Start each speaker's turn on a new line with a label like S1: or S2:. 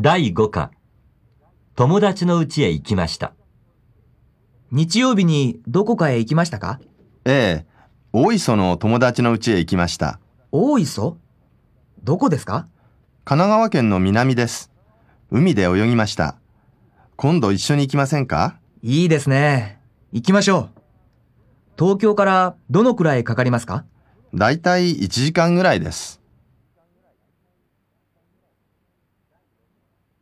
S1: 第5課、友達の家へ行きました。
S2: 日曜日にどこかへ行きましたか
S3: ええ、大磯の友達の家へ行きました。
S2: 大磯どこですか
S3: 神奈川県の南です。海で泳ぎました。今度一緒に行きませんか
S2: いいですね。行きましょう。東京からどのくらいかかりますか
S3: だいたい1時間ぐらいです。